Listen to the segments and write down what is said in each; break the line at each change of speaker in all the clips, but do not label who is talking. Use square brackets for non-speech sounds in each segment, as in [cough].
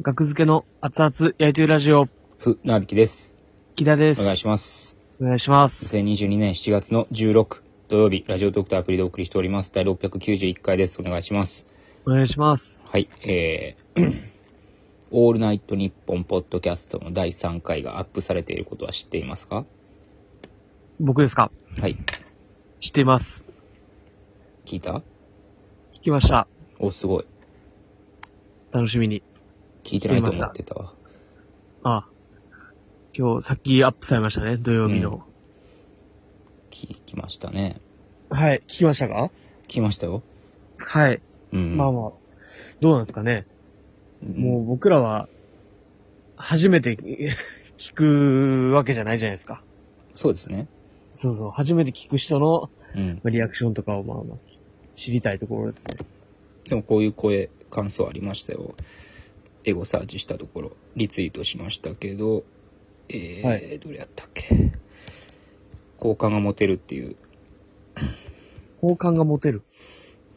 学付けの熱々焼いてるラジオ、
ふ、なびきです。
木田です。
お願いします。
お願いします。
2022年7月の16土曜日、ラジオドクターアプリでお送りしております。第691回です。お願いします。
お願いします。
はい、えー、 [clears throat] オールナイトニッポンポッドキャストの第3回がアップされていることは知っていますか
僕ですか
はい、
知っています。
聞いた
聞きました。
お、すごい。
楽しみに。
聞いてないと思ってたわ。
ああ今日、さっきアップされましたね、土曜日の。
聞きましたね。
はい、聞きましたか
聞きましたよ。
はい、
うん。
まあまあ。どうなんですかね。もう僕らは、初めて [laughs] 聞くわけじゃないじゃないですか。
そうですね。
そうそう、初めて聞く人の
うん。
まあリアクションとかをまあまあ、知りたいところですね。
でもこういう声、感想ありましたよ。エゴサーチしたところ、リツイートしましたけど、えー、
はい
どれやったっけ。好感が持てるっていう。
好感が持てる。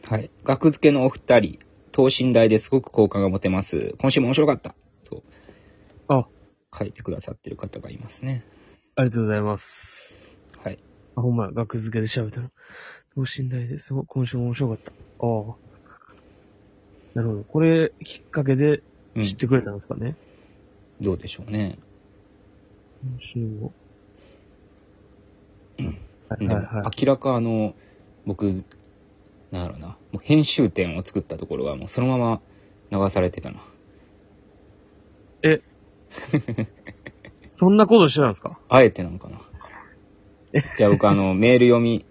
はい。学付けのお二人、等身大ですごく好感が持てます。今週も面白かった。と
あ、
書いてくださってる方がいますね。
ありがとうございます。
はい。
あ、ほんまや、学付けで調べたら。等身大ですごい、今週も面白かった。ああ。なるほど。これ、きっかけで
う
知っ
ん。
てくれたんですかね。
どうでしょうね。
今週も。は
う
い
ん
はいはい。
明らかあの、僕、なんだろうな、もう編集点を作ったところがもうそのまま流されてたな。
そんなことしてたんですか
あえてなんかな。いや、僕
[laughs]
あの、メール読み、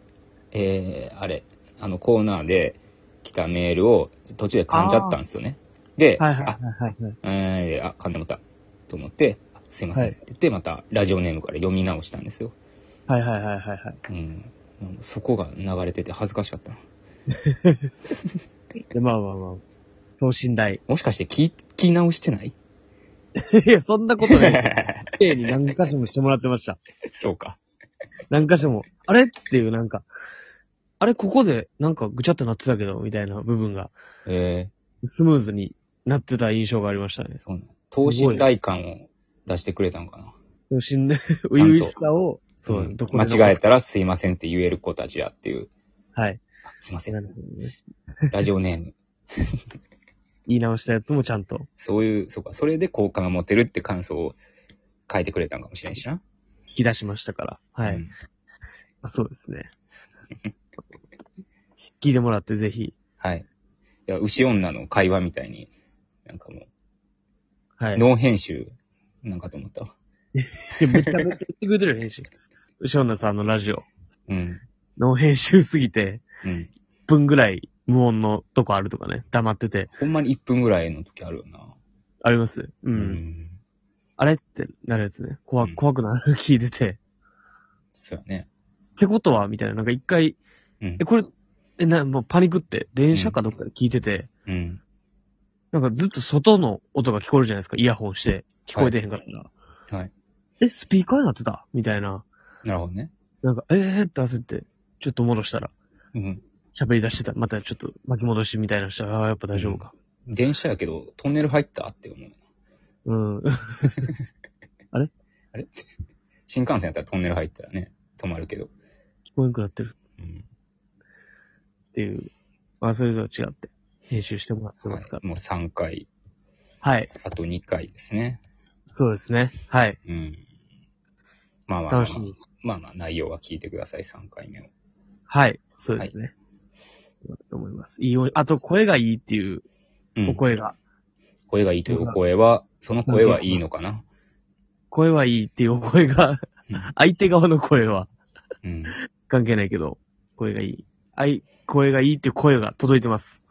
えー、あれ、あのコーナーで来たメールを途中で噛んじゃったんですよね。で、
はいはいはいはい。
あ、えーあ、噛んでもった。と思って、あすいません、
はい
って言って、またラジオネームから読み直したんですよ。
はいはいはいはいはい。
うん。そこが流れてて恥ずかしかったな。
で、まあまあまあ。等身大。 [laughs]
もしかして聞い聞き直してない
いや、そんなことないです。丁寧に何箇所もしてもらってました。
そうか。
何箇所も。あれっていうなんか、あれここでなんかぐちゃっとなってたけど、みたいな部分が
え
スムーズになってた印象がありましたね
ー、。そうなの等身大感を出してくれたのかな。
等身大、初々しさを、そう、
ん
どこで
間違え
え
たらすいませんって言える子たちやっていう。
はい。
あすいませ。
なんるほどね。
ラジオネーム。
言い直したやつもちゃんと。
そういう、そうか。それで好感が持てるって感想を書いてくれたのかもしれんしな。
引き出しましたから。はい。
うん
そうですね。聞いてもらってぜひ。
はい。いや、牛女の会話みたいに、なんかもう、
はい。
ノー編集、なんかと思ったわ。
めちゃめちゃ言ってくれてるよ編集。ションナさんのラジオ。
うん。
の編集すぎて、
うん。
1分ぐらい無音のとこあるとかね。黙ってて。
ほんまに1分ぐらいの時あるよな。
あります。うん。
うん。
あれってなるやつね。怖
う
く、
ん
怖くなる。聞いてて。
そうやね。
ってことはみたいな。なんか一回、
うん
え、。これ、え、な、もうパニックって、電車かどっかで聞いてて、
うん。
なんかずっと外の音が聞こえるじゃないですか。イヤホンして。聞こえてへんかったら。
はい。
え、スピーカーになってたみたいな。
なるほどね。
なんか、えーって焦って、ちょっと戻したら、
うん。
喋り出してた。またちょっと巻き戻しみたいなのして、ああ、やっぱ大丈夫か。
電車やけど、トンネル入ったって思う。
うん。 [laughs]
あれって新幹線やったらトンネル入ったらね、止まるけど。
聞こえんくなってる
うん。
っていう。まあ、それとは違って、編集してもらってますか
はいもう3回、
ら。はい。
あと2回ですね。
そうですね。はい。
うん。まあまあまあ、
楽しみです。
まあまあ、内容は聞いてください、3回目を。
はい。そうですね。と思います。いいお、あと声がいいっていう
うん
お声が、
声がいいというお声は、その声はいいのかな。
声はいいっていうお声が、相手側の声は、
うん。
関係ないけど、声がいい。あい、声がいいっていう声が届いてます。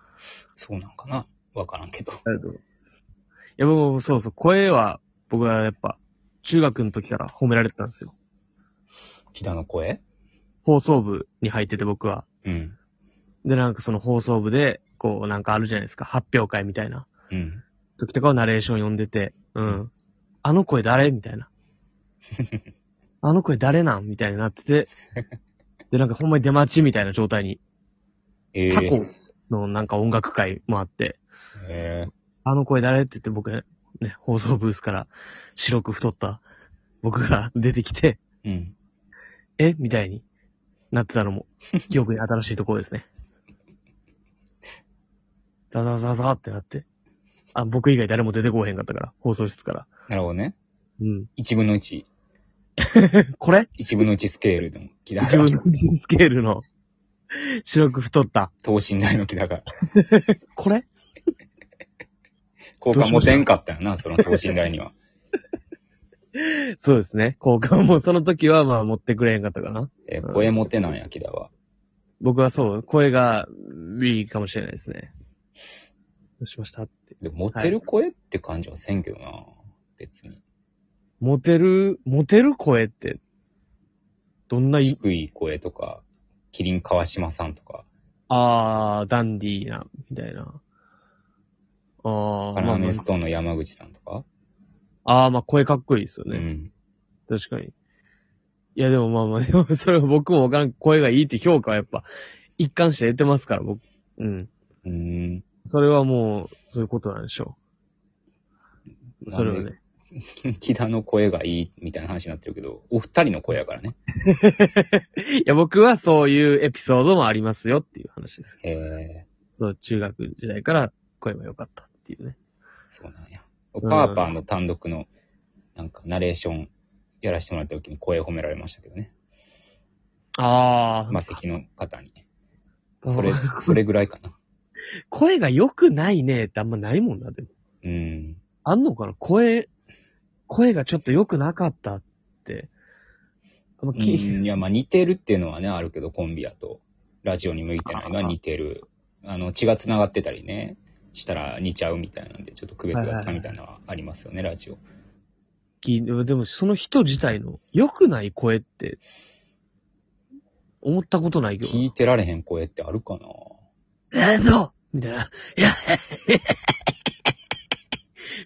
そうなんかなわからんけど。
ありがとうございます。いや、僕もそうそう、声は、僕はやっぱ、中学の時から褒められてたんですよ。
木田の声
放送部に入ってて僕は。
うん。
で、なんかその放送部で、こう、なんかあるじゃないですか。発表会みたいな
うん。
時とかをナレーション読んでて、うん。あの声誰みた [laughs] いな。あの声誰なんみたいになってて、で、なんかほんまに出待ちみたいな状態に、
えー
タコのなんか音楽会もあって、
え
あの声誰って言って僕、ね、放送ブースから白く太った僕が出てきて、
うん。
えみたいになってたの
[laughs]
も、記憶に新しいところですね。ザザザザってなって。あ、僕以外誰も出てこうへんかったから、放送室から。
なるほどね。
うん。
一分の一。
これ
一分の一スケールの木だ
自
から
分。の人スケールの白く太った。
等身大の木だから。
これ
好感持てんかったよな、その等身大には。
そうですね。交換もその時はまあ持ってくれへんかったかな。
えー声持てないや、木だは。
僕はそう、声が、いいかもしれないですね。どうしましたって。
でも、モテる声って感じはせんけどな、別に。
モテる、モテる声って、どんない、
低い声とか、キリン川島さんとか、
あー、ダンディーな、みたいな。あー、
カ
ま
ラ
あま
メ
あ
ストーンの山口さんとか。
あー、まあ声かっこいいですよ
う
ね。
ん。
確かに。いやでもまあまあ、でも [laughs] それは僕もわからん、声がいいって評価はやっぱ、一貫して得てますから、僕。うん。
うーん。
それはもう、そういうことなんでしょう。それは
なん
ね。
木田の声がいいみたいな話になってるけど、お二人の声やからね。
いや、僕はそういうエピソードもありますよっていう話です。
え
そう、中学時代から声も良かったっていうね。
ー、そうなんや。パーパーの単独の、なんか、ナレーションやらせてもらった時に声褒められましたけどね。
あ
魔石の方に。
あ、 [laughs]
それ、それぐらいかな。
声が良くないねってあんまないもんな、でも。
うん。
あんのかな声、声がちょっと良くなかったって。あんま
う
聞い
んいや、まあ似てるっていうのはね、あるけど、コンビやと。ラジオに向いてないのは似てる。あの、血が繋がってたりね、したら似ちゃうみたいなんで、ちょっと区別がつかみたいなのはありますよね、ラジオ。
き、でもその人自体の良くない声って、思ったことないけど
聞い
な。
てられへん声ってあるかな
えーぞみたいな。いや、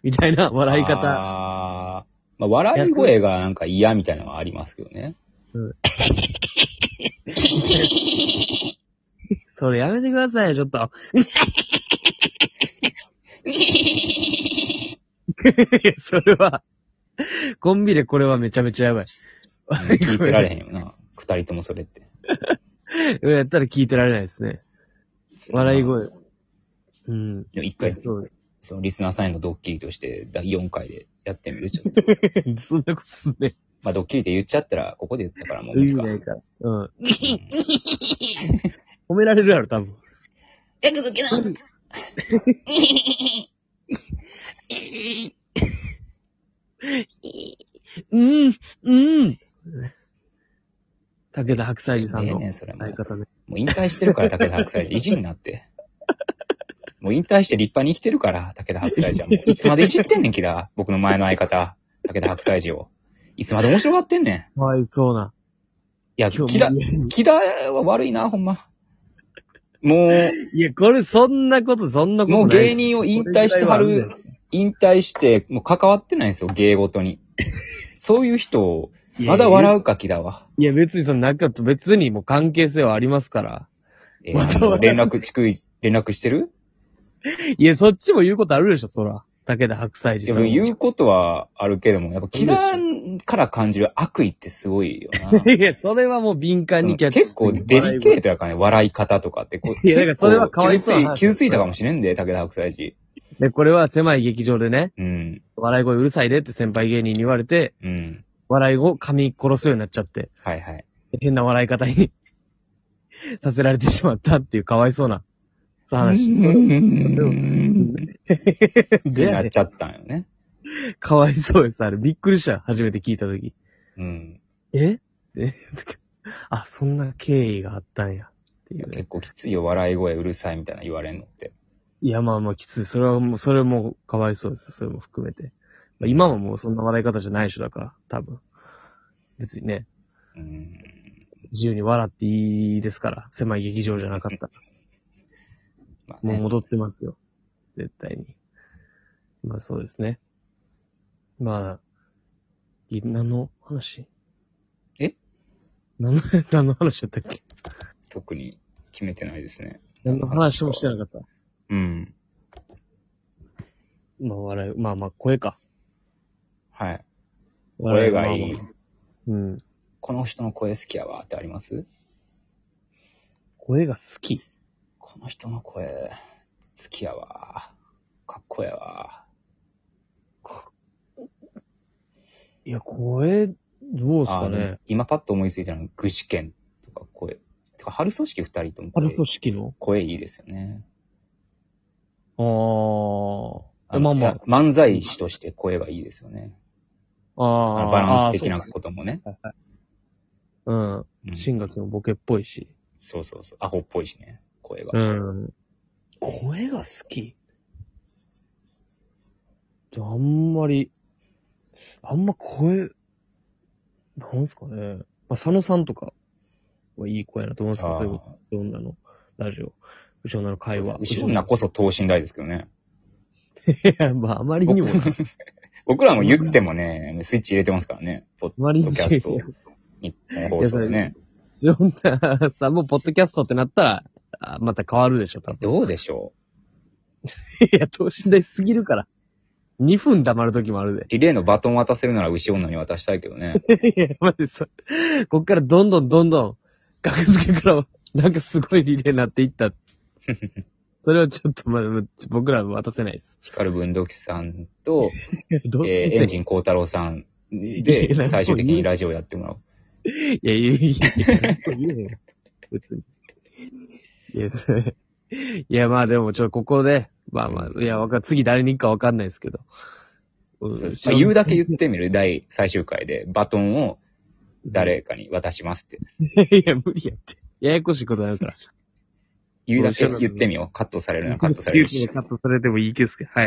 みたいな笑い方。
あーまあ、笑い声がなんか嫌みたいなのはありますけどね。
それやめてくださいよ、ちょっと。いやそれは、コンビでこれはめちゃめちゃやばい。
うん聞いてられへんよな。二人ともそれって。
俺やったら聞いてられないですね。笑い声。うん。
いや。一回、
そうです。 [laughs]
そのリスナーさんへのドッキリとして、第4回でやってみるちょっと
そんなことすんね。
まあ、ドッキリって言っちゃったら、ここで言ったからもう無
意
理
味
か。
ないから。うん。褒められるやろ、多分。
だけど、けど、
うん、うん。武田白菜寺さん
ええ
の
ねんそれも
相
う。
方ね。
もう引退してるから、武田白菜寺。意地になって。もう引退して立派に生きてるから、武田白菜寺は。もういつまでいじってんねん、木田。僕の前の相方、武田白菜寺を。いつまで面白がってんねん。い
かわいそうな。
や、
今
木
日
田
も、
木田は悪いな、ほんま。
[laughs]
もう、
いや、これ、そんなこと、そんなことない。
もう芸人を引退してはる。引退して、もう関わってないんですよ、芸ご
[laughs]
とに。そういう人を、まだ笑うか、木田は。
う。いや、別にその中と別にもう関係性はありますから。
え
まだ
ー、あの
笑う
連絡、地区、連絡してる
いや、そっちも言うことあるでしょ、そら。武田白菜
で
寺さ
も
ん。
言うことはあるけども、やっぱ木田から感じる悪意ってすごい
[laughs]
よな。
いや、それはもう敏感にキャッチ
結構デリケートやからね、笑い方とかって。こう
いやだからそれはかわいそうな話
結構傷つい傷ついたかもしれんで、武田白菜寺。
で、これは狭い劇場でね、
うん。
笑い声うるさいでって先輩芸人に言われて、
うん。
笑いを噛み殺すようになっちゃって、
はいはい。
変な笑い方に [laughs] させられてしまったっていうかわいそうな、そう
[laughs]
話。
う
それ
ん。って
で
なっちゃったんよね。
かわいそうです、あれ。びっくりした、初めて聞いたとき。
うん。
え [laughs] って、あ、そんな経緯があったんや。っていうね
結。構きついよ、笑い声うるさいみたいな言われんのって。
いや、まあまあきつい。それはもう、それもかわいそうです。それも含めて。まあ、今はもうそんな笑い方じゃないでしょ、だから、多分。別にね、
うん。
自由に笑っていいですから、狭い劇場じゃなかったら。
まあ
もう
ね。
戻ってますよ。絶対に。まあそうですね。まあ、い何の話
え
何の、何の話だったっけ
特に決めてないですね。
何の話もしてなかった。
うん。
まあ笑い、まあまあ声か。
はい。声が
笑
いい
まあ。まあうん。
この人の声好きやわってあります
声が好き。
この人の声好きやわ。かっこやわ。
いや、声、どうです
あ
か
の
ね。
今パッと思いついたのは、具志堅とか声。てか、春組織二人とも
あ
声
れ組織の
声いいですよね。
ああ。
の
まあま
いや漫才師として声がいいですよね。
あ。あ
あ
あ。
のバランス的
あ
な
あ。そう
こともね。
うん。
うん
新垣のボケっぽいし。
そうそうそう。アホっぽいしね。声が。
うん。声が好きじゃあ、あんまり、あんま声、なんすかね。まあ、佐野さんとかはいい声やなと思うんですけど、
あー
そういうこと、女のラジオ、後ろの会話。
後ろなこそ等身大ですけどね。
[laughs] いや、まあ、あまりにも、あ
僕 [laughs] らも言ってもね、スイッチ入れてますからね。ポッ
まりに
ド
も、
キャスト、日本放送でね。
ジョンタさんもポッドキャストってなったら、あまた変わるでしょ、多分。
どうでしょ
いや、等身大すぎるから。2分黙る時もあるで
う。リレーのバトン渡せるなら牛女に渡したいけど
[laughs]
ね。
いや、まじそこっからどんどんどんどん、格付けから、なんかすごいリレーになってい
[laughs]
った。それをちょっとまだ、僕らは渡せないです。
光文土器さんと、
どうす
え
ん
ーエ
ね
ン
ん
ジン光太郎さん
いやなん
で、
か
最終的にラジオやってもらう。
いや、いや、いや、そう言えへんよ別に。いや、それいや、まあでも、ちょ、ここで、まあまあ、いや、わかん次誰に行くかわかんないですけど。う
そうんまあ言うだけ言ってみる。第最終回で、バトンを誰かに渡しますって。
いや、無理やって。ややこしいことになるから。
言うだけ言ってみよう。カットされるならカットされ
勇
る
気
し
で。カットされてもいいですけど。はい。